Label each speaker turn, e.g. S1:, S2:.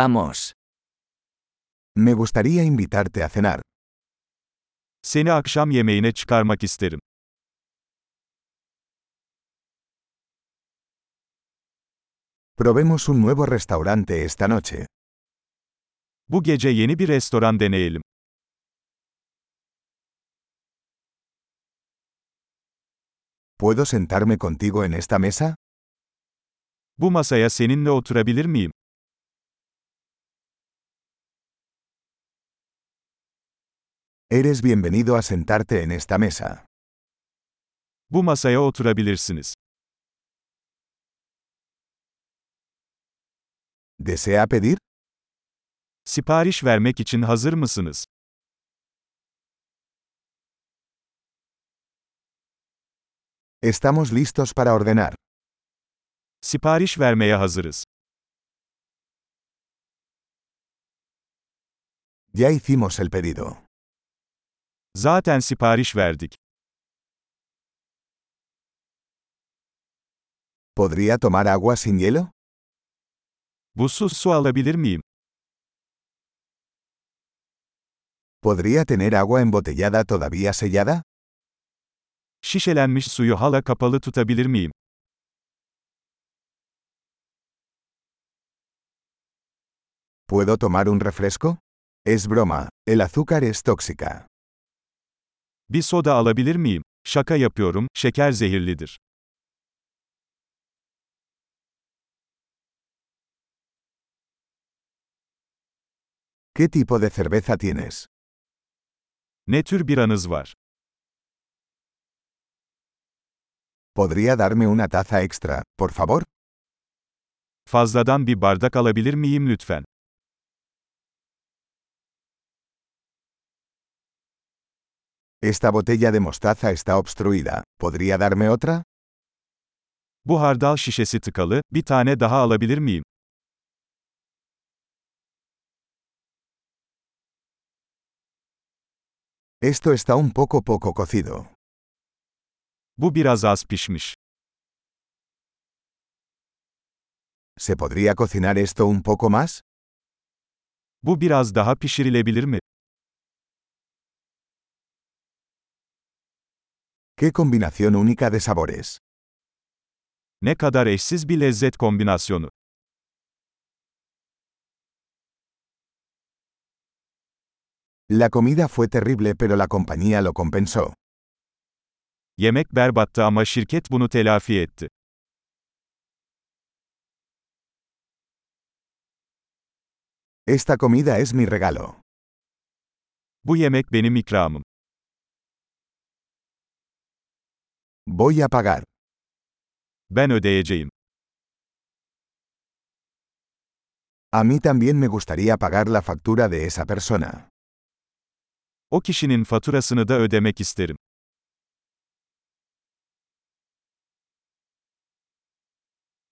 S1: Vamos.
S2: Me gustaría invitarte a cenar.
S3: Seni akşam yemeğine çıkarmak isterim.
S2: Probemos un nuevo restaurante esta noche.
S3: Bu gece yeni bir restoran deneyelim.
S2: ¿Puedo sentarme contigo en esta mesa?
S3: Bu masaya seninle oturabilir miyim?
S2: Eres bienvenido a sentarte en esta mesa.
S3: Bu masaya oturabilirsiniz.
S2: ¿Desea pedir?
S3: Sipariş vermek için hazır mısınız?
S2: Estamos listos para ordenar.
S3: Sipariş vermeye hazırız.
S2: Ya hicimos el pedido.
S3: Zaten sipariş verdik.
S2: ¿Podría tomar agua sin hielo?
S3: Buzsuz su alabilir miyim?
S2: ¿Podría tener agua embotellada todavía sellada?
S3: Şişelenmiş suyu hala kapalı tutabilir miyim?
S2: ¿Puedo tomar un refresco? Es broma, el azúcar es tóxica.
S3: Bir soda alabilir miyim? Şaka yapıyorum, şeker zehirlidir.
S2: ¿Qué tipo de cerveza tienes?
S3: Ne tür bir anız var?
S2: ¿Podría darme una taza extra, por favor?
S3: Fazladan bir bardak alabilir miyim lütfen?
S2: Esta botella de mostaza está obstruida. ¿Podría darme otra?
S3: Bu hardal şişesi tıkalı, bir tane daha alabilir miyim?
S2: Esto está un poco poco cocido.
S3: Bu biraz az pişmiş.
S2: ¿Se podría cocinar esto un poco más?
S3: Bu biraz daha pişirilebilir mi?
S2: ¡Qué combinación única de sabores!
S3: Ne kadar eşsiz bir lezzet kombinasyonu.
S2: La comida fue terrible pero la compañía lo compensó.
S3: Yemek berbattı ama şirket bunu telafi etti.
S2: Esta comida es mi regalo.
S3: Bu yemek benim ikramım.
S2: Voy a pagar.
S3: Ben ödeyeceğim.
S2: A mí también me gustaría pagar la factura de esa persona.
S3: O kişinin faturasını da ödemek isterim.